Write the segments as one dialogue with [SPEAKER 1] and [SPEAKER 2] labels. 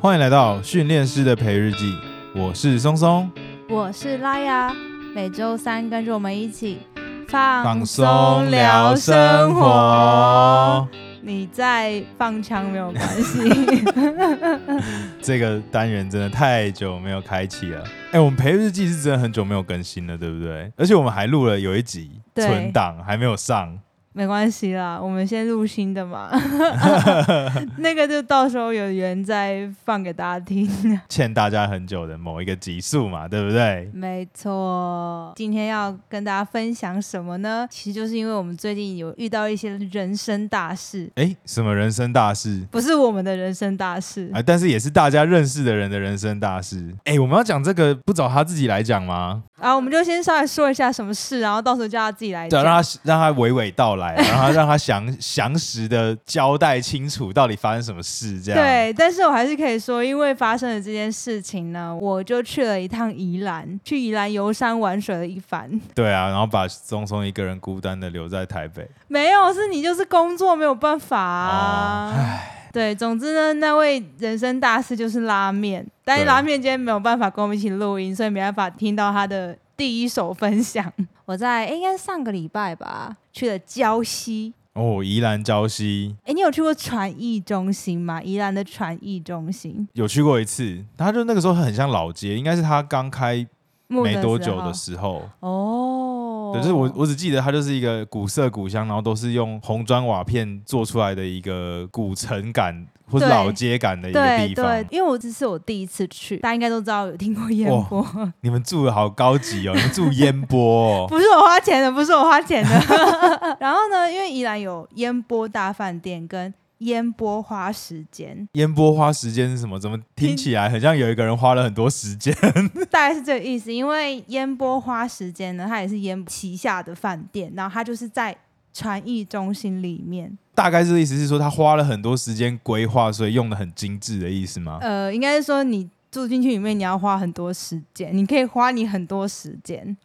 [SPEAKER 1] 欢迎来到训练师的培日记，我是松松。
[SPEAKER 2] 我是拉雅，每周三跟着我们一起
[SPEAKER 1] 放
[SPEAKER 2] 放
[SPEAKER 1] 松聊
[SPEAKER 2] 聊
[SPEAKER 1] 生
[SPEAKER 2] 生
[SPEAKER 1] 活。，
[SPEAKER 2] 你在放枪没有关系，
[SPEAKER 1] 这个单元真的太久没有开启了。哎，我们培日记是真的很久没有更新了，对不对？而且我们还录了有一集
[SPEAKER 2] 对
[SPEAKER 1] 存档还没有上，
[SPEAKER 2] 没关系啦，我们先录新的嘛， 那个就到时候有缘再放给大家听。
[SPEAKER 1] 欠大家很久的某一个集数嘛，对不对？
[SPEAKER 2] 没错，今天要跟大家分享什么呢？其实就是因为我们最近有遇到一些人生大事，
[SPEAKER 1] 哎，什么人生大事？
[SPEAKER 2] 不是我们的人生大事，
[SPEAKER 1] 啊，但是也是大家认识的人的人生大事。哎，我们要讲这个，不找他自己来讲吗？
[SPEAKER 2] 啊，我们就先稍微说一下什么事，然后到时候叫他自己来
[SPEAKER 1] 对，啊
[SPEAKER 2] 讲。
[SPEAKER 1] 让他让他娓娓道来，啊然后让他详 详实的交代清楚到底发生什么事，这样。，
[SPEAKER 2] 对，但是我还是可以说，因为发生了这件事情呢，我就去了一趟宜兰，去宜兰游山玩水了一番。
[SPEAKER 1] 对啊，然后把松松一个人孤单的留在台北。
[SPEAKER 2] 没有，是你就是工作没有办法啊。
[SPEAKER 1] 哦
[SPEAKER 2] 对，总之呢，那位人生大师就是拉面，但是
[SPEAKER 1] 对
[SPEAKER 2] 拉面今天没有办法跟我们一起录音，所以没办法听到他的第一手分享。我在、哎诶应该是上个礼拜吧，去了礁溪。
[SPEAKER 1] 哦，宜兰礁溪
[SPEAKER 2] 哎，你有去过传艺中心吗？宜兰的传艺中心，
[SPEAKER 1] 有去过一次，他就那个时候很像老街，应该是他刚开
[SPEAKER 2] 木
[SPEAKER 1] 没多
[SPEAKER 2] 时
[SPEAKER 1] 久
[SPEAKER 2] 候
[SPEAKER 1] 的时候。
[SPEAKER 2] 哦，
[SPEAKER 1] 对，就是我我只记得它就是一个古色古香，然后都是用红砖瓦片做出来的一个古城感或是
[SPEAKER 2] 对
[SPEAKER 1] 老街感的一个
[SPEAKER 2] 对
[SPEAKER 1] 地
[SPEAKER 2] 对
[SPEAKER 1] 方，。
[SPEAKER 2] 因为我这是我第一次去，大家应该都知道有听过烟波，
[SPEAKER 1] 你们住的好高级哦，你们住烟 波、哦。
[SPEAKER 2] 不是我花钱的，不是我花钱 的。 然后呢，因为宜兰有烟波大饭店跟烟波花时间，
[SPEAKER 1] 烟波花时间是什么？怎么听起来很像有一个人花了很多时 间？
[SPEAKER 2] 大概是这个意思。因为烟波花时间呢，它也是烟旗下的饭店，然后它就是在传艺中心里面，
[SPEAKER 1] 大概是意思是说他花了很多时间规划，所以用的很精致的意思吗？
[SPEAKER 2] 呃，应该是说你住进去里面，你要花很多时间，你可以花你很多时间，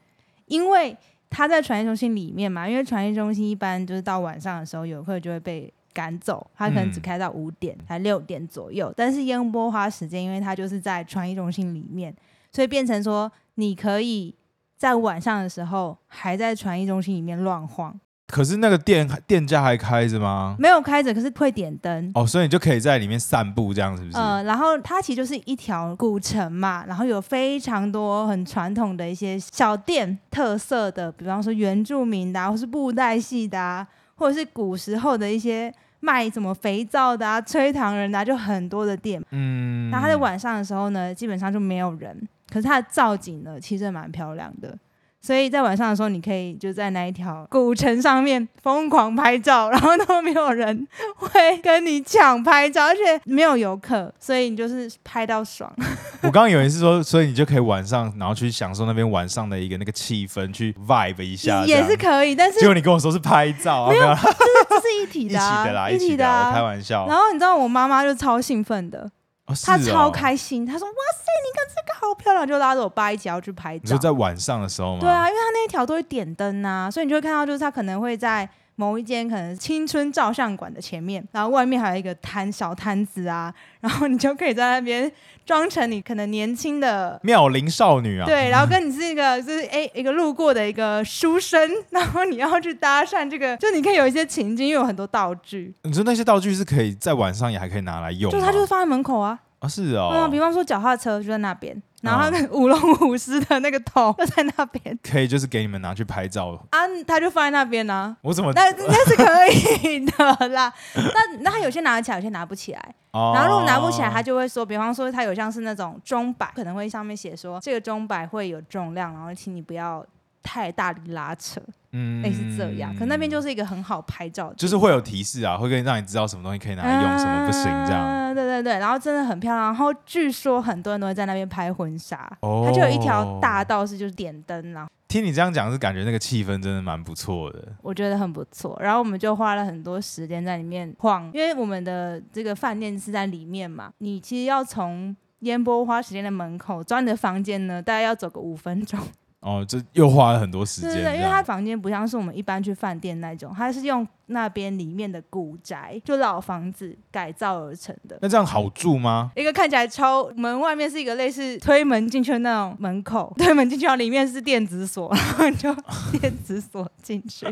[SPEAKER 2] 因为他在传艺中心里面嘛，因为传艺中心一般就是到晚上的时候，游客就会被赶走，他可能只
[SPEAKER 1] 嗯
[SPEAKER 2] 开到五点、还六点左右，但是烟波花时间，因为它就是在传艺中心里面，所以变成说你可以在晚上的时候还在传艺中心里面乱晃，
[SPEAKER 1] 可是那个店店家还开着吗？
[SPEAKER 2] 没有开着，可是会点灯。
[SPEAKER 1] 哦，所以你就可以在里面散步，这样是不是？
[SPEAKER 2] 呃，然后它其实就是一条古城嘛，然后有非常多很传统的一些小店特色的，比方说原住民的、啊，或是布袋戏的、啊，或者是古时候的一些卖什么肥皂的啊、吹糖人的、啊，就很多的店。
[SPEAKER 1] 嗯，
[SPEAKER 2] 那、它在晚上的时候呢，基本上就没有人，可是它的造景呢，其实也蛮漂亮的。所以在晚上的时候，你可以就在那一条古城上面疯狂拍照，然后都没有人会跟你抢拍照，而且没有游客，所以你就是拍到爽。
[SPEAKER 1] 我刚刚以为是说，所以你就可以晚上，然后去享受那边晚上的一个那个气氛，去 vibe 一下，
[SPEAKER 2] 也是。可以，但是
[SPEAKER 1] 结果你跟我说是拍照，啊，没有啦
[SPEAKER 2] 这是一体
[SPEAKER 1] 一起
[SPEAKER 2] 的、啊，
[SPEAKER 1] 的啦，一
[SPEAKER 2] 一
[SPEAKER 1] 起
[SPEAKER 2] 体的、
[SPEAKER 1] 的，我开
[SPEAKER 2] 啊。
[SPEAKER 1] 玩笑。
[SPEAKER 2] 然后你知道我妈妈就超兴奋的，
[SPEAKER 1] 哦
[SPEAKER 2] 她
[SPEAKER 1] 是哦
[SPEAKER 2] 超开心，她说：“哇塞，你看这个好漂亮！”就拉着我爸一起要去拍
[SPEAKER 1] 你
[SPEAKER 2] 照
[SPEAKER 1] 说。在晚上的时候吗？
[SPEAKER 2] 对啊，因为它那一条都会点灯啊，所以你就会看到，就是它可能会在某一间可能青春照相馆的前面，然后外面还有一个摊小摊子啊，然后你就可以在那边装成你可能年轻的。
[SPEAKER 1] 妙龄少女啊，
[SPEAKER 2] 对，然后跟你是一个就是哎、一个路过的一个书生，然后你要去搭讪这个，就你可以有一些情境，因为有很多道具，
[SPEAKER 1] 你说那些道具是可以在晚上也还可以拿来用吗，
[SPEAKER 2] 就他就是放在门口啊，
[SPEAKER 1] 啊是
[SPEAKER 2] 啊、
[SPEAKER 1] 哦嗯
[SPEAKER 2] 比，方说脚踏车就在那边，然后他那个 舞龙舞狮的那个头就在那边
[SPEAKER 1] 可以就是给你们拿去拍照。
[SPEAKER 2] 啊，他就放在那边啊，
[SPEAKER 1] 我怎么？
[SPEAKER 2] 那那是可以的啦。那那他有些拿得起来，有些拿不起来。
[SPEAKER 1] 哦
[SPEAKER 2] 然后如果拿不起来，他就会说，比方说他有像是那种钟摆，可能会上面写说这个钟摆会有重量，然后请你不要太大力拉扯，
[SPEAKER 1] 嗯
[SPEAKER 2] 类似这样。可那边就是一个很好拍照的地
[SPEAKER 1] 就是会有提示啊，会跟让你知道什么东西可以拿
[SPEAKER 2] 方，
[SPEAKER 1] 来用，什么不行这样。
[SPEAKER 2] 嗯对对对，然后真的很漂亮。然后据说很多人都会在那边拍婚纱。
[SPEAKER 1] 哦，
[SPEAKER 2] 它就有一条大。道是就是点灯，啊然后
[SPEAKER 1] 听你这样讲，是感觉那个气氛真的蛮不错的。
[SPEAKER 2] 我觉得很不错。然后我们就花了很多时间在里面晃，因为我们的这个饭店是在里面嘛，你其实要从烟波花时间的门口走到你的房间呢，大概要走个五分钟。
[SPEAKER 1] 哦，这又花了很多时
[SPEAKER 2] 对
[SPEAKER 1] 间
[SPEAKER 2] 对
[SPEAKER 1] 这样。
[SPEAKER 2] 对，因为它房间不像是我们一般去饭店那种，它是用那边里面的古宅，就老房子改造而成的。
[SPEAKER 1] 那这样好住吗？
[SPEAKER 2] 一个看起来超门外面是一个类似推门进去的那种 门口，推门进去，然后里面是电子锁，然后你就电子锁进去。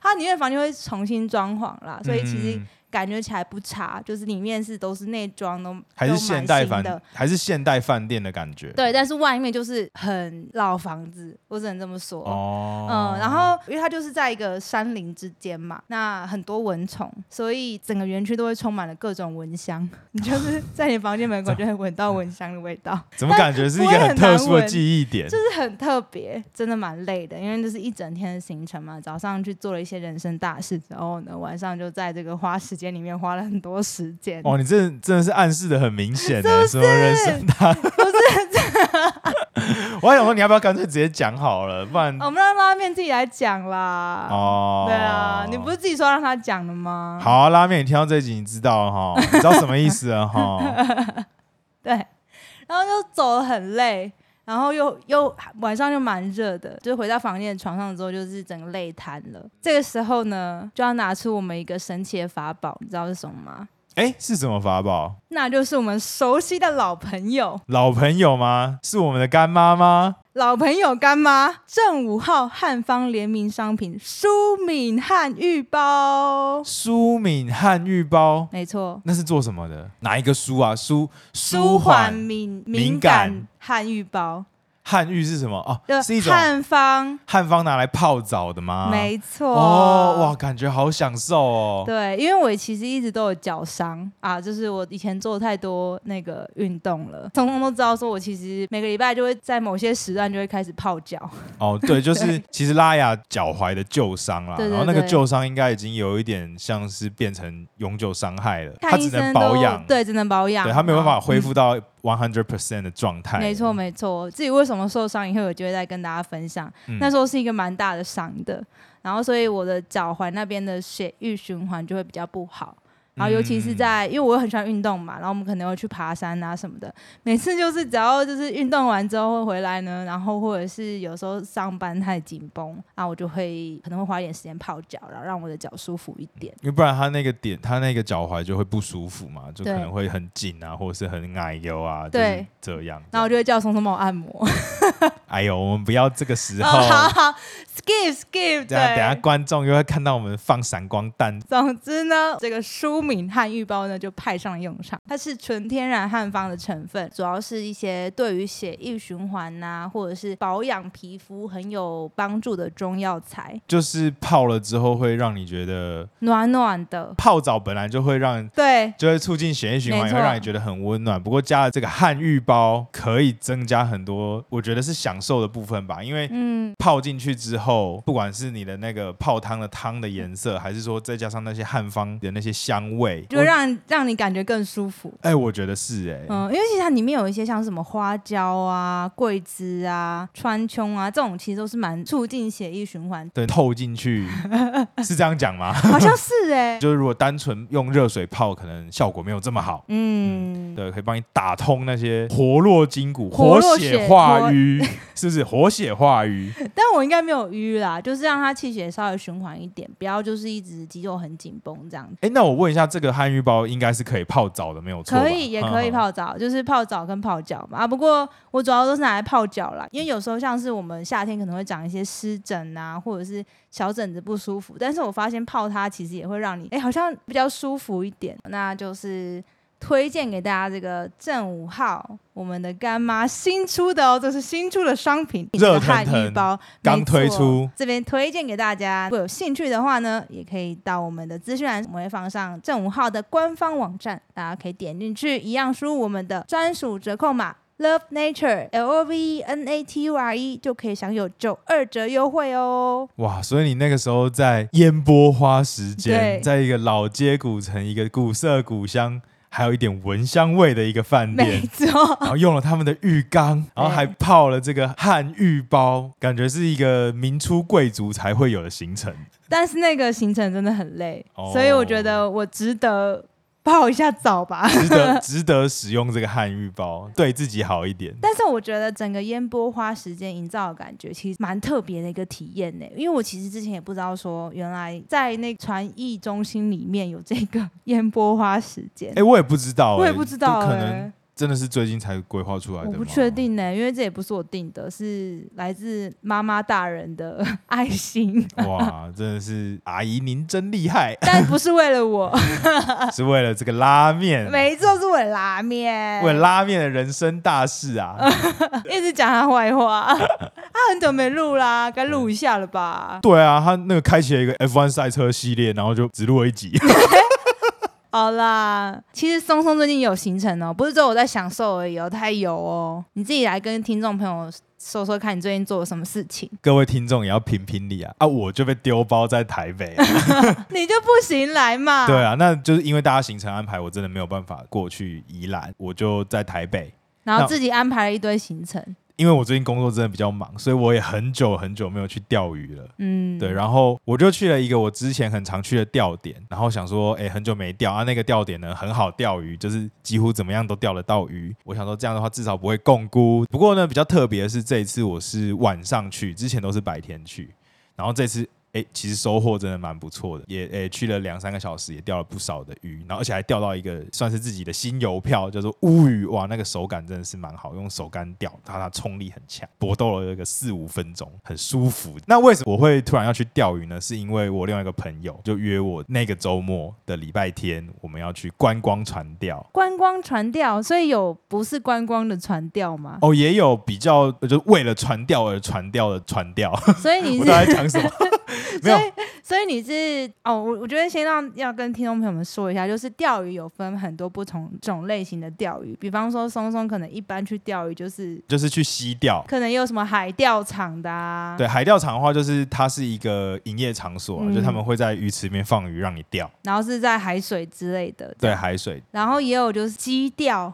[SPEAKER 2] 它里面房间会重新装潢啦，啊所以其实
[SPEAKER 1] 嗯
[SPEAKER 2] 感觉起来不差，就是里面是都是内装都
[SPEAKER 1] 还是现代
[SPEAKER 2] 房
[SPEAKER 1] 饭
[SPEAKER 2] 的，，
[SPEAKER 1] 还是现代饭店的感觉。
[SPEAKER 2] 对，但是外面就是很老房子，我只能这么说。
[SPEAKER 1] 哦，
[SPEAKER 2] 嗯，然后因为它就是在一个山林之间嘛，那很多蚊虫，所以整个园区都会充满了各种蚊香。你就是在你房间门口就会闻到蚊香的味 道，
[SPEAKER 1] 怎么感觉是一
[SPEAKER 2] 但
[SPEAKER 1] 个
[SPEAKER 2] 不会
[SPEAKER 1] 很特
[SPEAKER 2] 很
[SPEAKER 1] 殊的
[SPEAKER 2] 难
[SPEAKER 1] 记忆点？
[SPEAKER 2] 就是很特别，真的蛮累的，因为就是一整天的行程嘛。早上去做了一些人生大事之后呢，晚上就在这个花时间里面花了很多时间。
[SPEAKER 1] 哦，你这真的是暗示的很明 显的，什么人生大？ 我还想说，你要不要干脆直接讲好了，不然
[SPEAKER 2] 哦我们让拉面自己来讲啦。
[SPEAKER 1] 哦，
[SPEAKER 2] 对啊，你不是自己说让他讲的吗？，
[SPEAKER 1] 好啊拉面，你听到这一集你知道了哈，你知道什么意思了 哈？
[SPEAKER 2] 对，然后就走得很累，然后又又晚上就蛮热的，就回到房间的床上之后，就是整个累瘫了。这个时候呢，就要拿出我们一个神奇的法宝，你知道是什么吗？
[SPEAKER 1] 哎，是什么法宝？
[SPEAKER 2] 那就是我们熟悉的老朋友，
[SPEAKER 1] 老朋友吗？是我们的干妈吗？
[SPEAKER 2] 老朋友干妈正五号汉方联名商品舒敏汉浴包，
[SPEAKER 1] 舒敏汉浴包，
[SPEAKER 2] 没错，
[SPEAKER 1] 那是做什么的？哪一个舒啊？舒
[SPEAKER 2] 舒
[SPEAKER 1] 舒
[SPEAKER 2] 缓
[SPEAKER 1] 缓
[SPEAKER 2] 敏
[SPEAKER 1] 敏
[SPEAKER 2] 敏感汉浴包，
[SPEAKER 1] 汉浴是什么？哦，是一
[SPEAKER 2] 就
[SPEAKER 1] 种
[SPEAKER 2] 汉方，
[SPEAKER 1] 汉方拿来泡澡的吗？
[SPEAKER 2] 没错，
[SPEAKER 1] 哦，哇，感觉好享受哦。
[SPEAKER 2] 对，因为我其实一直都有脚伤啊，就是我以前做太多那个运动了，通通都知道说我其实每个礼拜就会在某些时段就会开始泡脚，
[SPEAKER 1] 哦， 对，就是其实拉雅脚踝的旧伤啦，
[SPEAKER 2] 对对
[SPEAKER 1] 然后那个
[SPEAKER 2] 对
[SPEAKER 1] 旧伤应该已经有一点像是变成永久伤害了，它
[SPEAKER 2] 看
[SPEAKER 1] 只
[SPEAKER 2] 医
[SPEAKER 1] 能
[SPEAKER 2] 生
[SPEAKER 1] 保
[SPEAKER 2] 都
[SPEAKER 1] 养，
[SPEAKER 2] 对，只能保养，嗯
[SPEAKER 1] 对，它没有办法
[SPEAKER 2] 然后
[SPEAKER 1] 恢复到 one hundred percent 的状态。
[SPEAKER 2] 没错，没错，至于为什么受伤，以后有机会再跟大家分享。
[SPEAKER 1] 嗯
[SPEAKER 2] 那时候是一个蛮大的伤的，然后所以我的脚踝那边的血液循环就会比较不好。然后尤其
[SPEAKER 1] 嗯
[SPEAKER 2] 是在，因为我很喜欢运动嘛，然后我们可能会去爬山啊什么的。每次就是只要就是运动完之后会回来呢，然后或者是有时候上班太紧绷啊，我就会可能会花一点时间泡脚，然后让我的脚舒服一点。
[SPEAKER 1] 因为不然它那个点，它那个脚踝就会不舒服嘛，就可
[SPEAKER 2] 对
[SPEAKER 1] 能会很紧啊，或者是很矮油啊，
[SPEAKER 2] 对，
[SPEAKER 1] 这样。
[SPEAKER 2] 然后我就会叫松松帮我按摩。
[SPEAKER 1] 哎呦，我们不要这个 时
[SPEAKER 2] 哦，
[SPEAKER 1] 候，
[SPEAKER 2] 好好，skip skip，
[SPEAKER 1] 这样 等
[SPEAKER 2] 对，
[SPEAKER 1] 下观众又会看到我们放闪光弹，
[SPEAKER 2] 总之呢，这个舒敏汉浴包呢就派上了用场。它是纯天然汉方的成分，主要是一些对于血液循环呐、或者是保养皮肤很有帮助的中药材，
[SPEAKER 1] 就是泡了之后会让你觉得
[SPEAKER 2] 暖暖的。
[SPEAKER 1] 泡澡本来就会让
[SPEAKER 2] 对，
[SPEAKER 1] 就会促进血液循环，
[SPEAKER 2] 没
[SPEAKER 1] 也
[SPEAKER 2] 错
[SPEAKER 1] 会让你觉得很温暖。不过加了这个汗浴包，可以增加很多，我觉得是享受的部分吧。因为
[SPEAKER 2] 嗯，
[SPEAKER 1] 泡进去之后，不管是你的那个泡汤的汤的颜色，还是说再加上那些汉方的那些香味，
[SPEAKER 2] 嗯就
[SPEAKER 1] 我
[SPEAKER 2] 让让你感觉更舒服。
[SPEAKER 1] 哎、我觉得是哎、，
[SPEAKER 2] 嗯，因为其实它里面有一些像什么花椒啊、桂枝啊、川穹啊这种，其实都是蛮促进血液循环
[SPEAKER 1] 对，透进 去是这样讲吗？
[SPEAKER 2] 好像 是哎、
[SPEAKER 1] 就是如果单纯用热水泡，可能效果没有这么好。
[SPEAKER 2] 嗯，
[SPEAKER 1] 对，可以帮你打通那些活络筋骨、
[SPEAKER 2] 活络
[SPEAKER 1] 血
[SPEAKER 2] 血
[SPEAKER 1] 化
[SPEAKER 2] 活
[SPEAKER 1] 瘀，是不是活血化瘀？
[SPEAKER 2] 但我应该没有淤啦，就是让它气血稍微循环一点，不要就是一直肌肉很紧绷这样。
[SPEAKER 1] 哎，那我问一下，这个汉浴包应该是可以泡澡的，没有错吧？
[SPEAKER 2] 可以，也可以
[SPEAKER 1] 嗯。
[SPEAKER 2] 泡澡，就是泡澡跟泡脚嘛。啊，不过我主要都是拿来泡脚啦，因为有时候像是我们夏天可能会长一些湿疹啊，或者是小疹子不舒服，但是我发现泡它其实也会让你，哎，好像比较舒服一点。那就是推荐给大家这个正五号，我们的干妈新出的哦，这是新出的商品，
[SPEAKER 1] 热腾腾
[SPEAKER 2] 汉浴包
[SPEAKER 1] 刚推出
[SPEAKER 2] 没错这边推荐给大家。如果有兴趣的话呢，也可以到我们的资讯栏，我们会放上正五号的官方网站，大家可以点进去，一样输入我们的专属折扣码。Love Nature L O V E N A T U R E 就可以享有九二折优惠哦。
[SPEAKER 1] 哇，所以你那个时候在烟波花时间，
[SPEAKER 2] 对
[SPEAKER 1] 在一个老街古城，一个古色古香，还有一点蚊香味的一个饭
[SPEAKER 2] 没
[SPEAKER 1] 店。
[SPEAKER 2] 错，
[SPEAKER 1] 然后用了他们的浴缸，然后还泡了这个汉浴包，感觉是一个明初贵族才会有的行程。
[SPEAKER 2] 但是那个行程真的很累，
[SPEAKER 1] 哦
[SPEAKER 2] 所以我觉得我值得泡一下澡吧。
[SPEAKER 1] 值 得值得使用这个汉浴包，对自己好一点。
[SPEAKER 2] 但是我觉得整个烟波花时间营造的感觉，其实蛮特别的一个体验呢。因为我其实之前也不知道说，原来在那传艺中心里面有这个烟波花时间。
[SPEAKER 1] 哎、我也不知道、欸，
[SPEAKER 2] 我也不知道
[SPEAKER 1] 都可
[SPEAKER 2] 哎、
[SPEAKER 1] 能真的是最近才规划出来的
[SPEAKER 2] 我
[SPEAKER 1] 吗，
[SPEAKER 2] 不确定呢、欸因为这也不是我定的，是来自妈妈大人的爱 心，，
[SPEAKER 1] 哇，真的是阿姨您真厉害
[SPEAKER 2] 但不是为了 我，
[SPEAKER 1] 是为了这个拉面，
[SPEAKER 2] 没错，是为了拉面，
[SPEAKER 1] 为了拉面的人生大事啊！
[SPEAKER 2] 一直讲他坏 话，他很久没录啦，该录一下了吧？
[SPEAKER 1] 对啊，他那个开启了一个 F1 赛车系列，然后就只录了一集。
[SPEAKER 2] 好啦，其实松松最近有行程哦，不是只有我在享受而已哦，他也有哦，你自己来跟听众朋友说说看，你最近做了什么事情？
[SPEAKER 1] 各位听众也要评评理啊！啊，我就被丢包在台北、啊。
[SPEAKER 2] 你就不行来嘛？
[SPEAKER 1] 对啊，那就是因为大家行程安排，我真的没有办法过去宜兰，我就在台北。
[SPEAKER 2] 然后自己安排了一堆行程，
[SPEAKER 1] 因为我最近工作真的比较忙，所以我也很久很久没有去钓鱼了。
[SPEAKER 2] 嗯，
[SPEAKER 1] 对，然后我就去了一个我之前很常去的钓点，然后想说，哎，很久没钓啊，那个钓点呢很好钓鱼，就是几乎怎么样都钓得到鱼。我想说这样的话至少不会共估。不过呢，比较特别的是这一次我是晚上去，之前都是白天去，然后这次。哎，其实收获真的蛮不错的，也诶去了两三个小时，也钓了不少的鱼，然后而且还钓到一个算是自己的新邮票，叫做乌鱼，哇，那个手感真的是蛮好，用手竿钓，它它冲力很强，搏斗了有个四五分钟，很舒服。那为什么我会突然要去钓鱼呢？是因为我另外一个朋友就约我那个周末的礼拜天，我们要去观光船钓。
[SPEAKER 2] 观光船钓，所以有不是观光的船钓吗？
[SPEAKER 1] 哦，也有比较，就是为了船钓而船钓的船钓，
[SPEAKER 2] 所以你
[SPEAKER 1] 哦 我
[SPEAKER 2] 是，
[SPEAKER 1] 在讲什 么？没有，
[SPEAKER 2] 所以你是哦，我我觉得先让要跟听众朋友们说一下，就是钓鱼有分很多不同种类型的钓鱼，比方说松松可能一般去钓鱼就是
[SPEAKER 1] 就是去西钓。
[SPEAKER 2] 可能有什么海钓场的啊，
[SPEAKER 1] 对，海钓场的话，就是它是一个营业场所，啊
[SPEAKER 2] 嗯
[SPEAKER 1] 就他们会在鱼池里面放鱼让你钓。
[SPEAKER 2] 然后是在海水之类的，
[SPEAKER 1] 对，，海水
[SPEAKER 2] 然后也有就是基钓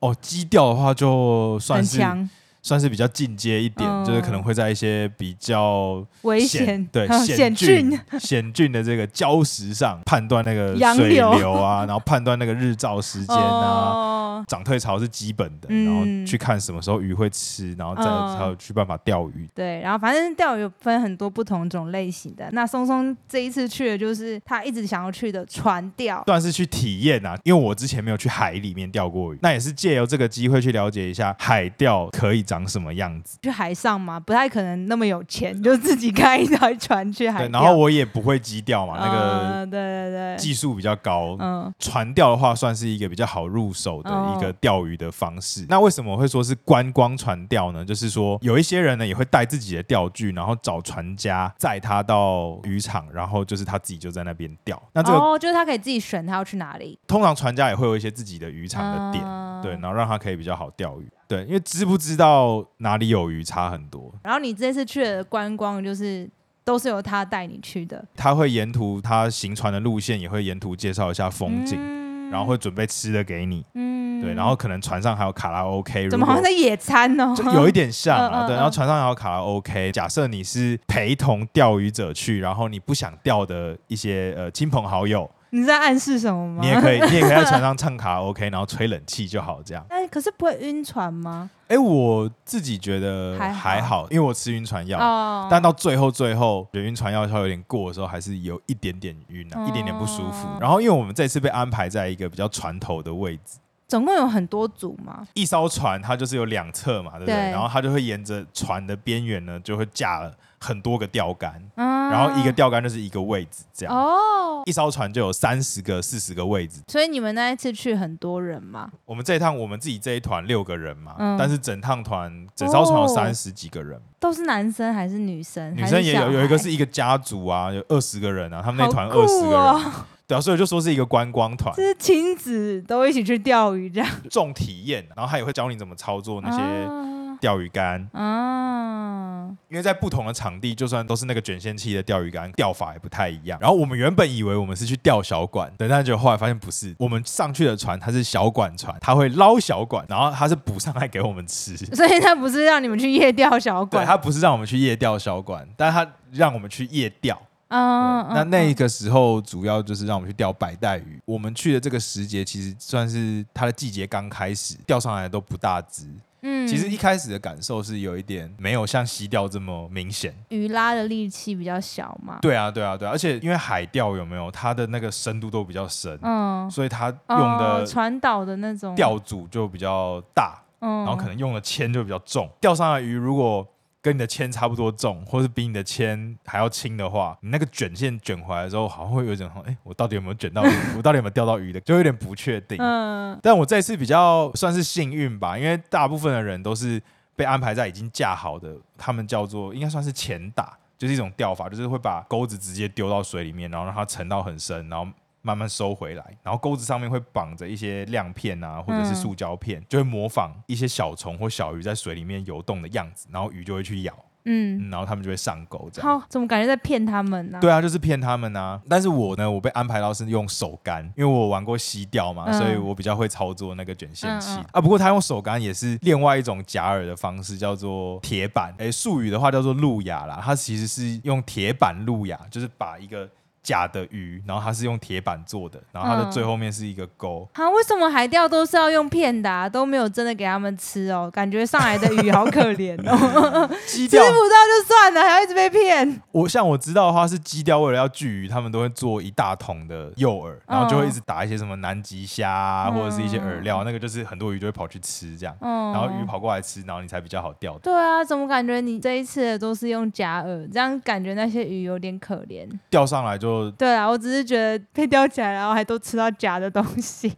[SPEAKER 1] 哦，基钓的话就
[SPEAKER 2] 很
[SPEAKER 1] 算是
[SPEAKER 2] 强，
[SPEAKER 1] 算是比较进阶一点，
[SPEAKER 2] 嗯
[SPEAKER 1] 就是可能会在一些比较
[SPEAKER 2] 危
[SPEAKER 1] 险
[SPEAKER 2] 险，
[SPEAKER 1] 对
[SPEAKER 2] 还有
[SPEAKER 1] 险
[SPEAKER 2] 险
[SPEAKER 1] 峻险峻的这个礁石上判断那个
[SPEAKER 2] 洋
[SPEAKER 1] 水
[SPEAKER 2] 流
[SPEAKER 1] 流啊，然后判断那个日照时间啊。
[SPEAKER 2] 哦，
[SPEAKER 1] 涨退潮是基本的，
[SPEAKER 2] 嗯
[SPEAKER 1] 然后去看什么时候鱼会吃，然后再
[SPEAKER 2] 嗯
[SPEAKER 1] 才有去办法钓鱼。
[SPEAKER 2] 对，然后反正钓鱼有分很多不同种类型的。那松松这一次去的就是他一直想要去的船钓，
[SPEAKER 1] 算是去体验啊，因为我之前没有去海里面钓过鱼，那也是借由这个机会去了解一下海钓可以长什么样子。
[SPEAKER 2] 去海上嘛，不太可能那么有钱，就自己开一条船去海
[SPEAKER 1] 对，
[SPEAKER 2] 钓。
[SPEAKER 1] 然后我也不会基钓嘛，那个
[SPEAKER 2] 嗯，对对对，
[SPEAKER 1] 技术比较高，
[SPEAKER 2] 嗯，
[SPEAKER 1] 船钓的话，算是一个比较好入手的
[SPEAKER 2] 哦
[SPEAKER 1] 一个钓鱼的方式。那为什么我会说是观光船钓呢？就是说有一些人呢也会带自己的钓具，然后找船家载他到渔场，然后就是他自己就在那边钓。那这个、
[SPEAKER 2] 哦，就是他可以自己选他要去哪里，
[SPEAKER 1] 通常船家也会有一些自己的渔场的点，
[SPEAKER 2] 嗯
[SPEAKER 1] 对，然。后让他可以比较好钓鱼。对，因为知不知道哪里有鱼差很多。
[SPEAKER 2] 然后你这次去的观光就是都是由他带你去的，
[SPEAKER 1] 他会沿途他行船的路线也会沿途介绍一下风景，
[SPEAKER 2] 嗯
[SPEAKER 1] 然后会准备吃的给你。
[SPEAKER 2] 嗯
[SPEAKER 1] 对，然后可能船上还有卡拉 OK，
[SPEAKER 2] 怎么
[SPEAKER 1] 如
[SPEAKER 2] 好
[SPEAKER 1] 果
[SPEAKER 2] 像在野餐哦？
[SPEAKER 1] 就有一点像
[SPEAKER 2] 嗯
[SPEAKER 1] 啊，
[SPEAKER 2] 嗯
[SPEAKER 1] 对。
[SPEAKER 2] 嗯
[SPEAKER 1] 然后船上还有卡拉 OK。假设你是陪同钓鱼者去，然后你不想钓的一些呃亲朋好友，
[SPEAKER 2] 你在暗示什么吗？
[SPEAKER 1] 你也可以，你也可以在船上唱卡拉 OK，然后吹冷气就好这样。
[SPEAKER 2] 但可是不会晕船吗？
[SPEAKER 1] 哎，我自己觉得
[SPEAKER 2] 还好
[SPEAKER 1] 还好，因为我吃晕船药。
[SPEAKER 2] 哦
[SPEAKER 1] 但到最后，最后觉得晕船药效有点过的时候，还是有一点点晕啊，
[SPEAKER 2] 哦
[SPEAKER 1] 一点点不舒服。然后，因为我们这次被安排在一个比较船头的位置。
[SPEAKER 2] 总共有很多组嘛，
[SPEAKER 1] 一艘船它就是有两侧嘛，对不对？
[SPEAKER 2] 对
[SPEAKER 1] 然后它就会沿着船的边缘呢，就会架了很多个钓竿，
[SPEAKER 2] 啊
[SPEAKER 1] 然后一个啊钓竿就是一个位置这样。
[SPEAKER 2] 哦，
[SPEAKER 1] 一艘船就有三十个、四十个位置。
[SPEAKER 2] 所以你们那一次去很多人嘛，
[SPEAKER 1] 我们这一趟我们自己这一团六个人嘛，
[SPEAKER 2] 嗯
[SPEAKER 1] 但是整趟团整艘船有
[SPEAKER 2] 哦
[SPEAKER 1] 三十几个人，
[SPEAKER 2] 都是男生还是女生？
[SPEAKER 1] 女生也有有一个是
[SPEAKER 2] 一
[SPEAKER 1] 一个家族啊，有二十个人啊，他们那团
[SPEAKER 2] 好
[SPEAKER 1] 二十
[SPEAKER 2] 酷
[SPEAKER 1] 个人，
[SPEAKER 2] 哦，
[SPEAKER 1] 对啊，所以就说是一个观光团
[SPEAKER 2] 就，是亲子都一起去钓鱼这样，
[SPEAKER 1] 重体验，然后他也会教你怎么操作那些
[SPEAKER 2] 些
[SPEAKER 1] 钓鱼竿，
[SPEAKER 2] 啊，
[SPEAKER 1] 因为在不同的场地，就算都是那个卷线器的钓鱼竿，钓法也不太一样。然后我们原本以为我们是去钓小管，对，但结果后来发现不是，我们上去的船它是小管船，它会捞小管，然后它是补上来给我们吃。
[SPEAKER 2] 所以他不是让你们去夜钓小
[SPEAKER 1] 对，
[SPEAKER 2] 馆
[SPEAKER 1] 它不是让我们去夜钓小管，但它让我们去夜钓。
[SPEAKER 2] 嗯，嗯
[SPEAKER 1] 那那
[SPEAKER 2] 嗯
[SPEAKER 1] 个时候主要就是让我们去钓白带鱼。我们去的这个时节，其实算是它的季节刚开始，钓上来都不大只。
[SPEAKER 2] 嗯，
[SPEAKER 1] 其实一开始的感受是有一点没有像西钓这么明显。
[SPEAKER 2] 鱼拉的力气比较小嘛，
[SPEAKER 1] 对啊，对啊，对啊，而且因为海钓有没有它的那个深度都比较深，
[SPEAKER 2] 嗯，
[SPEAKER 1] 所以它用
[SPEAKER 2] 哦
[SPEAKER 1] 的
[SPEAKER 2] 传导的那种，
[SPEAKER 1] 钓组就比较大，
[SPEAKER 2] 嗯，
[SPEAKER 1] 然后可能用的铅就比较重。钓上来的鱼如果跟你的铅差不多重，或是比你的铅还要轻的话，你那个卷线卷回来的时候，好像会有一种哎，诶我到底有没有 卷到鱼？我到底有没有钓到鱼的？就有点不确定。
[SPEAKER 2] 嗯，
[SPEAKER 1] 但我这次比较算是幸运吧，因为大部分的人都是被安排在已经架好的，他们叫做应该算是潜打，就是一种钓法，就是会把钩子直接丢到水里面，然后让它沉到很深，然后。慢慢收回来，然后钩子上面会绑着一些亮片啊，或者是
[SPEAKER 2] 嗯
[SPEAKER 1] 塑胶片，就会模仿一些小虫或小鱼在水里面游动的样子，然后鱼就会去咬，
[SPEAKER 2] 嗯，
[SPEAKER 1] 嗯然后他们就会上钩这样。
[SPEAKER 2] 好，怎么感觉在骗他们呢？
[SPEAKER 1] 对啊，就是骗他们啊。但是我呢，我被安排到是用手杆，因为我玩过吸钓嘛，
[SPEAKER 2] 嗯
[SPEAKER 1] 所以我比较会操作那个卷线器
[SPEAKER 2] 嗯嗯
[SPEAKER 1] 啊。不过他用手杆也是另外一种夹饵的方式，叫做铁板。诶，术语的话叫做路亚啦，它其实是用铁板路亚，就是把一个。假的鱼，然后它是用铁板做的，然后它的
[SPEAKER 2] 嗯
[SPEAKER 1] 最后面是一个 钩，
[SPEAKER 2] 啊，为什么海钓都是要用骗的、啊，都没有真的给他们吃哦？感觉上来的鱼好可怜 哦，
[SPEAKER 1] 基
[SPEAKER 2] 吃不到就算了，还要一直被 骗。
[SPEAKER 1] 我像我知道的话是基钓，为了要聚鱼，他们都会做一大桶的诱饵，然后就会一直打一些什么南极虾、啊、
[SPEAKER 2] 嗯
[SPEAKER 1] 或者是一些饵料，那个就是很多鱼就会跑去吃这样，
[SPEAKER 2] 嗯，
[SPEAKER 1] 然后鱼。跑过来吃，然后你才比较好钓。
[SPEAKER 2] 对啊，怎么感觉你这一次的都是用假饵，这样感觉那些鱼有点可怜。
[SPEAKER 1] 钓上来就
[SPEAKER 2] 对啊，我只是觉得被钓起来，然后还都吃到假的东西。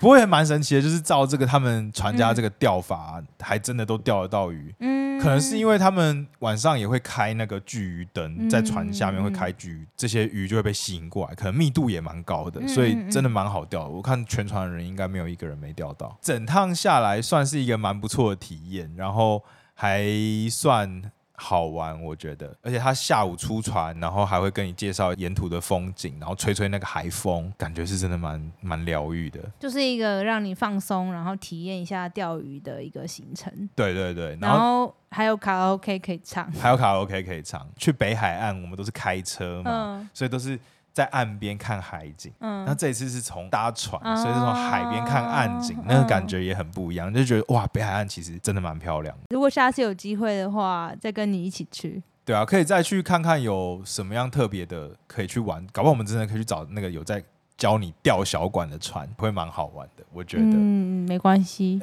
[SPEAKER 1] 不过也蛮神奇的，就是照这个他们传家这个钓法，还真的都钓得到鱼。
[SPEAKER 2] 嗯，
[SPEAKER 1] 可能是因为他们晚上也会开那个聚鱼灯，
[SPEAKER 2] 嗯
[SPEAKER 1] 在船下面会开聚鱼，这些鱼就会被吸引过来，可能密度也蛮高的，
[SPEAKER 2] 嗯
[SPEAKER 1] 所以
[SPEAKER 2] 嗯嗯
[SPEAKER 1] 真的蛮好钓的。我看全船的人应该没有一个人没钓到，整趟下来算是一个蛮不错的体验，然后还算。好玩，我觉得，而且他下午出船，然后还会跟你介绍沿途的风景，然后吹吹那个海风，感觉是真的蛮蛮疗愈的。
[SPEAKER 2] 就是一个让你放松，然后体验一下钓鱼的一个行程，
[SPEAKER 1] 对对对，然
[SPEAKER 2] 然
[SPEAKER 1] 后
[SPEAKER 2] 后还有卡拉 OK 可以唱。
[SPEAKER 1] 还有卡拉 OK 可以唱。去北海岸，我们都是开车嘛，
[SPEAKER 2] 嗯
[SPEAKER 1] 所以都是在岸边看海景。那
[SPEAKER 2] 嗯，
[SPEAKER 1] 这一次是从搭船，
[SPEAKER 2] 啊
[SPEAKER 1] 所以是从海边看岸景，那个感觉也很不一样，就觉得哇，北海岸其实真的蛮漂亮的。
[SPEAKER 2] 如果下次有机会的话，再跟你一起去。
[SPEAKER 1] 对啊，可以再去看看有什么样特别的可以去玩，搞不好我们真的可以去找那个有在教你钓小管的船，会蛮好玩的，我觉得。
[SPEAKER 2] 嗯，没关系。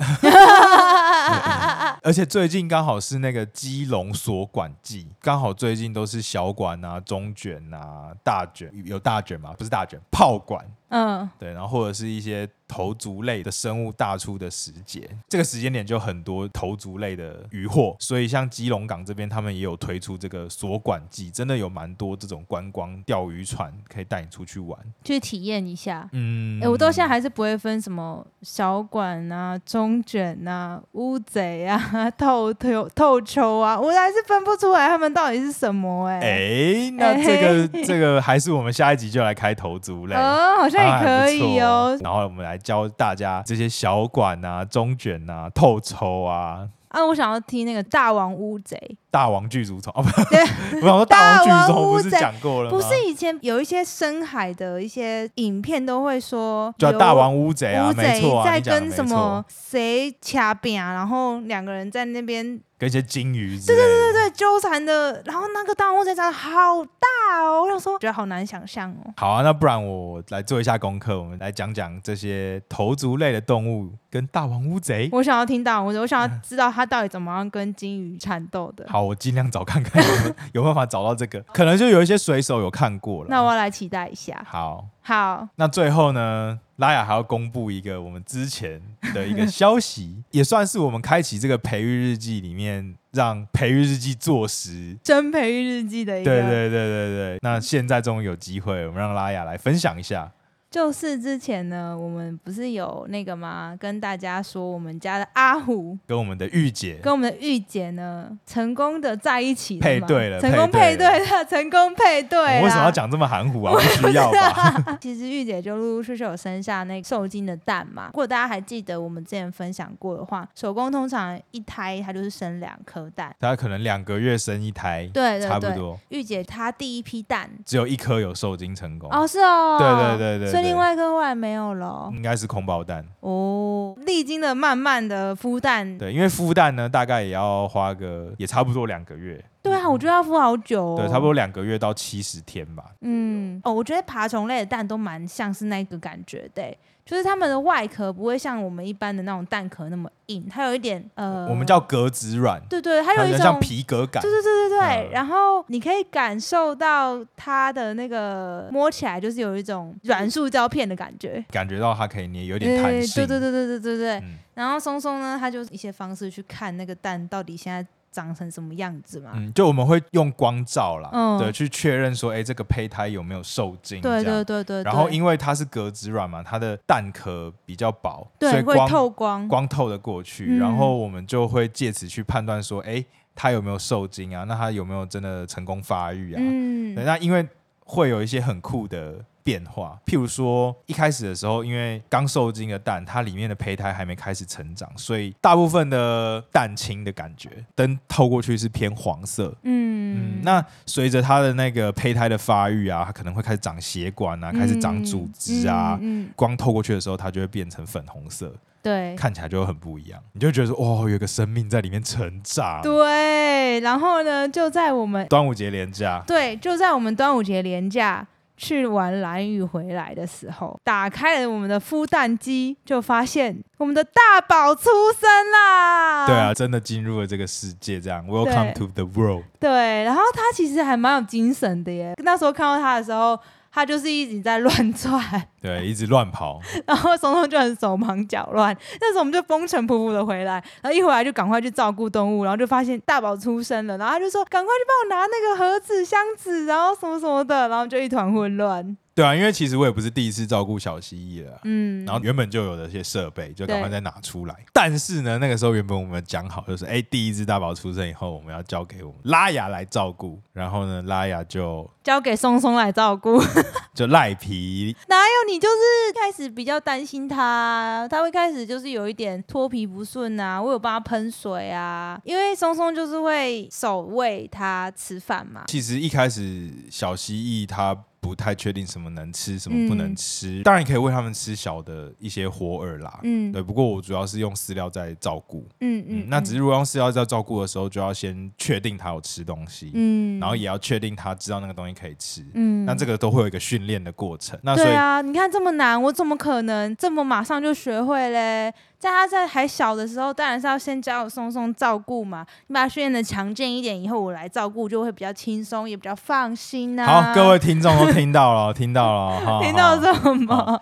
[SPEAKER 1] 而且最近刚好是那个基隆锁管季，刚好最近都是小管啊、中卷啊、大卷，有大卷吗？不是大卷，炮管。
[SPEAKER 2] 嗯，
[SPEAKER 1] 对，然后或者是一些头足类的生物大出的时节，这个时间点就很多头足类的渔获，所以像基隆港这边，他们也有推出这个锁管季，真的有蛮多这种观光钓鱼船可以带你出去玩。
[SPEAKER 2] 去体验一下。
[SPEAKER 1] 嗯，
[SPEAKER 2] 哎、我到现在还是不会分什么小管啊、中卷啊、乌贼啊、透透 透球啊，我还是分不出来他们到底是什么哎、
[SPEAKER 1] 哎，那这个、 这个还是我们下一集就来开头足类。
[SPEAKER 2] 哦，好
[SPEAKER 1] 啊
[SPEAKER 2] 像也
[SPEAKER 1] 还
[SPEAKER 2] 可
[SPEAKER 1] 不错
[SPEAKER 2] 以哦。
[SPEAKER 1] 然后我们来教大家这些小管啊、中卷啊、透抽啊、
[SPEAKER 2] 啊，我想要听那个大王乌贼，
[SPEAKER 1] 大王巨足虫哦，不， 我想说大王巨足虫不是讲过了吗？
[SPEAKER 2] 不是以前有一些深海的一些影片都会说，
[SPEAKER 1] 叫大王乌贼啊，
[SPEAKER 2] 乌
[SPEAKER 1] 没
[SPEAKER 2] 贼
[SPEAKER 1] 错啊，
[SPEAKER 2] 在
[SPEAKER 1] 你讲的
[SPEAKER 2] 跟
[SPEAKER 1] 没
[SPEAKER 2] 什
[SPEAKER 1] 错
[SPEAKER 2] 么谁掐饼啊，然后两个人在那边
[SPEAKER 1] 跟一些金鱼之类的，对对对对
[SPEAKER 2] 在纠缠的，然后那个大王乌贼长得好大哦，我想说觉得好难想象哦。
[SPEAKER 1] 好啊，那不然我来做一下功课，我们来讲讲这些头足类的动物跟大王乌贼。
[SPEAKER 2] 我想要听大王乌贼，我 想要知道它到底怎么样跟金鱼缠斗的。
[SPEAKER 1] 好，我尽量找看看有没有有办法找到这个， 可能就有一些水手有看过了。
[SPEAKER 2] 那我要来期待一下。
[SPEAKER 1] 好，
[SPEAKER 2] 好，
[SPEAKER 1] 那最后呢，拉雅还要公布一个我们之前的一个消息，也算是我们开启这个培育日记里面让培育日记坐实。
[SPEAKER 2] 真培育日记的一
[SPEAKER 1] 对
[SPEAKER 2] 个
[SPEAKER 1] 对对对对，那现在终于有机会，我们让拉雅来分享一下。
[SPEAKER 2] 就是之前呢，我们不是有那个吗？跟大家说，我们家的阿虎
[SPEAKER 1] 跟我们的御姐
[SPEAKER 2] 跟我们的御姐呢，成功的在一起了
[SPEAKER 1] 配
[SPEAKER 2] 嘛
[SPEAKER 1] 对了
[SPEAKER 2] 成功
[SPEAKER 1] 配
[SPEAKER 2] 配
[SPEAKER 1] 对了
[SPEAKER 2] 对了，成功配对
[SPEAKER 1] 我
[SPEAKER 2] 了。
[SPEAKER 1] 为什么要讲这么含糊啊？不需要吧？
[SPEAKER 2] 其实玉姐就陆陆续续有生下那个受精的蛋嘛。如果大家还记得我们之前分享过的话，手工通常一胎它就是生两颗蛋，
[SPEAKER 1] 她可能两个月生一胎，
[SPEAKER 2] 对对
[SPEAKER 1] 差不
[SPEAKER 2] 对。
[SPEAKER 1] 多，
[SPEAKER 2] 玉姐她第一批蛋
[SPEAKER 1] 只有一颗有受精成功，
[SPEAKER 2] 哦，是哦，
[SPEAKER 1] 对对对对
[SPEAKER 2] 所以
[SPEAKER 1] 对嗯
[SPEAKER 2] 另外一颗后来没有了哦
[SPEAKER 1] 应该是空包蛋。
[SPEAKER 2] 哦。历经了慢慢的孵蛋，
[SPEAKER 1] 对，因为孵蛋呢，大概也要花个也差不多两个月，
[SPEAKER 2] 对啊，我觉得要孵好久、哦，
[SPEAKER 1] 对，差不多两个月到七十天吧。
[SPEAKER 2] 嗯，哦，我觉得爬虫类的蛋都蛮像是那个感觉的欸，就是它们的外壳不会像我们一般的那种蛋壳那么硬，它有一点呃，
[SPEAKER 1] 我们叫格子软，
[SPEAKER 2] 对对，它有
[SPEAKER 1] 有
[SPEAKER 2] 一
[SPEAKER 1] 点
[SPEAKER 2] 种
[SPEAKER 1] 像。皮革感
[SPEAKER 2] 对。对对对对，
[SPEAKER 1] 嗯
[SPEAKER 2] 然后你可以感受到它的那个摸起来就是有一种软塑胶片的感觉，
[SPEAKER 1] 感觉到它可以捏，有
[SPEAKER 2] 有
[SPEAKER 1] 点弹性。
[SPEAKER 2] 对对对对对对对。
[SPEAKER 1] 嗯
[SPEAKER 2] 然后松松呢，它就是一些方式去看那个蛋到底现在长成什么样子嘛。
[SPEAKER 1] 嗯，就我们会用光照啦，
[SPEAKER 2] 啊嗯
[SPEAKER 1] 对，去确认说，哎、这个胚胎有没有受精？
[SPEAKER 2] 对
[SPEAKER 1] 这样
[SPEAKER 2] 对对对对。
[SPEAKER 1] 然后因为它是格子软嘛，它的蛋壳比较薄，所
[SPEAKER 2] 对
[SPEAKER 1] 以
[SPEAKER 2] 会
[SPEAKER 1] 光
[SPEAKER 2] 透光，
[SPEAKER 1] 光透得过去，
[SPEAKER 2] 嗯
[SPEAKER 1] 然后我们就会借此去判断说，哎，它有没有受精啊？那它有没有真的成功发育啊？
[SPEAKER 2] 嗯
[SPEAKER 1] 对那因为会有一些很酷的变化，譬如说一开始的时候，因为刚受精的蛋，它里面的胚胎还没开始成长，所以大部分的蛋清的感觉，灯透过去是偏黄色。嗯
[SPEAKER 2] 嗯，
[SPEAKER 1] 那随着它的那个胚胎的发育啊，它可能会开始长血管啊，开始长组织啊。
[SPEAKER 2] 嗯，嗯嗯
[SPEAKER 1] 光透过去的时候，它就会变成粉红色，
[SPEAKER 2] 对
[SPEAKER 1] 看起来就会很不一样。你就会觉得说，哇、有个生命在里面成长。
[SPEAKER 2] 对。然后呢，就在我们
[SPEAKER 1] 端午节连假，
[SPEAKER 2] 对，就在我们端午节连假去玩蓝屿回来的时候，打开了我们的孵蛋机，就发现我们的大宝出生啦！
[SPEAKER 1] 对啊，真的进入了这个世界，这样 Welcome
[SPEAKER 2] 对
[SPEAKER 1] to the world。
[SPEAKER 2] 对。然后他其实还蛮有精神的耶，那时候看到他的时候。他就是一直在乱 窜，
[SPEAKER 1] 对，一直乱跑，
[SPEAKER 2] 然后松松就很手忙脚乱。那时候我们就风尘仆仆的回来，然后一回来就赶快去照顾动物，然后就发现大宝出生了，然后他就说赶快去帮我拿那个盒子、箱子，然后什么什么的，然后就一团混乱。
[SPEAKER 1] 对啊，因为其实我也不是第一次照顾小蜥蜴了啊。
[SPEAKER 2] 嗯，
[SPEAKER 1] 然后原本就有的一些设备，就赶快
[SPEAKER 2] 对
[SPEAKER 1] 再拿出来。但是呢，那个时候原本我们讲好，就是哎，第一只大宝出生以后，我们要交给我们拉雅来照顾。然后呢，拉雅就
[SPEAKER 2] 交给松松来照顾。 还
[SPEAKER 1] 就赖皮，
[SPEAKER 2] 有你就是开始比较担心他，他会开始就是有一点脱皮不顺啊，我有帮他喷水啊，因为松松就是会手喂他吃饭嘛。
[SPEAKER 1] 其实一开始小蜥蜴它不太确定什么能吃，什么
[SPEAKER 2] 嗯
[SPEAKER 1] 不能吃。当然也可以喂它们吃小的一些活饵啦。
[SPEAKER 2] 嗯
[SPEAKER 1] 对，不过我主要是用饲料在照顾。
[SPEAKER 2] 嗯
[SPEAKER 1] 嗯，那只是如果用饲料在照顾的时候，就要先确定它有吃东西。
[SPEAKER 2] 嗯
[SPEAKER 1] 然后也要确定他知道那个东西可以吃。
[SPEAKER 2] 嗯
[SPEAKER 1] 那这个都会有一个训练的过程。那所
[SPEAKER 2] 对
[SPEAKER 1] 以，
[SPEAKER 2] 啊，你看这么难，我怎么可能这么马上就学会嘞？在他在还小的时候，当然是要先教松松照顾嘛。你把他训练的强健一点，以后我来照顾就会比较轻松，也比较放心呐、
[SPEAKER 1] 好， 各位听众都听到了，听到了，哈，
[SPEAKER 2] 听到
[SPEAKER 1] 哈
[SPEAKER 2] 什么？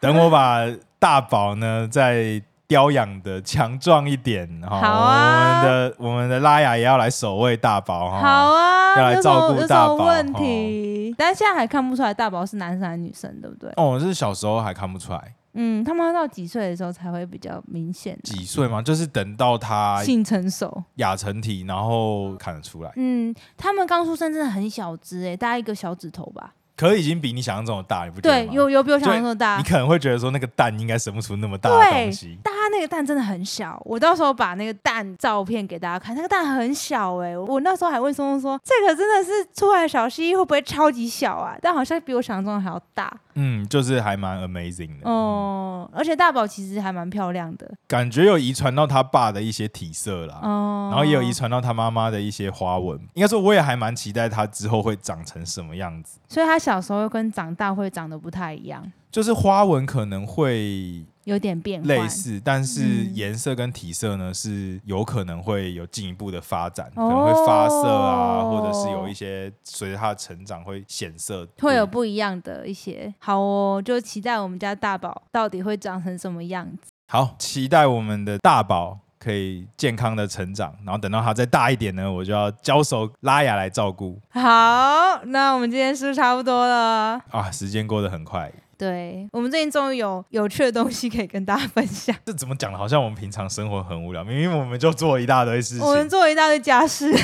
[SPEAKER 1] 等我把大宝呢再雕养的强壮一点，哈，
[SPEAKER 2] 好啊
[SPEAKER 1] 我们的我们的拉雅也要来守卫大宝，哈，
[SPEAKER 2] 好啊，
[SPEAKER 1] 要来
[SPEAKER 2] 有什
[SPEAKER 1] 照
[SPEAKER 2] 么
[SPEAKER 1] 顾
[SPEAKER 2] 有什
[SPEAKER 1] 大
[SPEAKER 2] 么
[SPEAKER 1] 宝
[SPEAKER 2] 问题？但现在还看不出来大宝是男生还是女生，对不对？
[SPEAKER 1] 哦，是小时候还看不出来，
[SPEAKER 2] 嗯，他们要到几岁的时候才会比较明显啊、
[SPEAKER 1] 几岁嘛，就是等到他
[SPEAKER 2] 性成熟，
[SPEAKER 1] 亚成体，然后看得出来，
[SPEAKER 2] 嗯，他们刚出生真的很小只诶、欸大概一个小指头吧。
[SPEAKER 1] 可是已经比你想象中的大，你不觉得
[SPEAKER 2] 对，
[SPEAKER 1] 吗？
[SPEAKER 2] 有有比我想
[SPEAKER 1] 就
[SPEAKER 2] 象中的大
[SPEAKER 1] 你。可能会觉得说那个蛋应该生不出那么大的
[SPEAKER 2] 对
[SPEAKER 1] 东西，
[SPEAKER 2] 大家那个蛋真的很小，我到时候把那个蛋照片给大家看，那个蛋很小哎、我那时候还问松松说，这个真的是出来的小蜥蜴会不会超级小啊？但好像比我想象中的还要大
[SPEAKER 1] 嗯，就是还蛮 amazing 的。哦、
[SPEAKER 2] 哦、而且大宝其实还蛮漂亮的
[SPEAKER 1] 感觉有遗传到他爸的一些体色啦，
[SPEAKER 2] 哦、
[SPEAKER 1] 然后也有遗传到他妈妈的一些花纹。应该说，我也还蛮期待他之后会长成什么样子。
[SPEAKER 2] 所以他小时候跟长大会长得不太一样，
[SPEAKER 1] 就是花纹可能会
[SPEAKER 2] 有点变换。
[SPEAKER 1] 类似，但是
[SPEAKER 2] 嗯
[SPEAKER 1] 颜色跟体色呢是有可能会有进一步的发展，可能会发色啊，
[SPEAKER 2] 哦
[SPEAKER 1] 或者是有一些随着他的成长会显色，
[SPEAKER 2] 会有不一样的一些好哦，就期待我们家大宝到底会长成什么样子。
[SPEAKER 1] 好，期待我们的大宝可以健康的成长，然后等到他再大一点呢，我就要交手拉雅来照顾
[SPEAKER 2] 好，那我们今天是不是差不多了？
[SPEAKER 1] 啊。时间过得很快，
[SPEAKER 2] 对我们最近终于有有趣的东西可以跟大家分享。
[SPEAKER 1] 这怎么讲的？好像我们平常生活很无聊，明明我们就做一大堆事
[SPEAKER 2] 我们
[SPEAKER 1] 情，
[SPEAKER 2] 做了一大堆家事，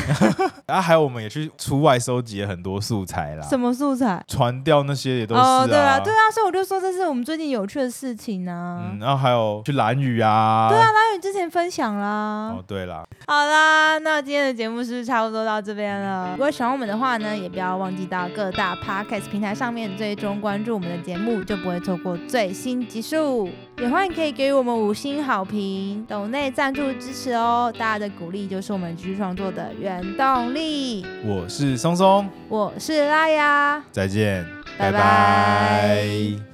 [SPEAKER 1] 然后还有我们也去出外收集了很多素材啦，
[SPEAKER 2] 什么素材？
[SPEAKER 1] 传掉那些也都是
[SPEAKER 2] 哦，对啊，对啊，所以我就说这是我们最近有趣的事情啊
[SPEAKER 1] 嗯，。然后还有去蓝雨啊，
[SPEAKER 2] 对啊，那你之前分享啦。
[SPEAKER 1] 哦对啦，
[SPEAKER 2] 好啦，那今天的节目是不是差不多到这边了？如果喜欢我们的话呢，也不要忘记到各大 podcast 平台上面追踪关注我们的节目，就不会错过最新集数。也欢迎可以给予我们五星好评、抖内赞助支持哦，大家的鼓励就是我们继续创作的原动力。
[SPEAKER 1] 我是松松，
[SPEAKER 2] 我是拉雅。
[SPEAKER 1] 再见，
[SPEAKER 2] 拜
[SPEAKER 1] 拜
[SPEAKER 2] 拜
[SPEAKER 1] 拜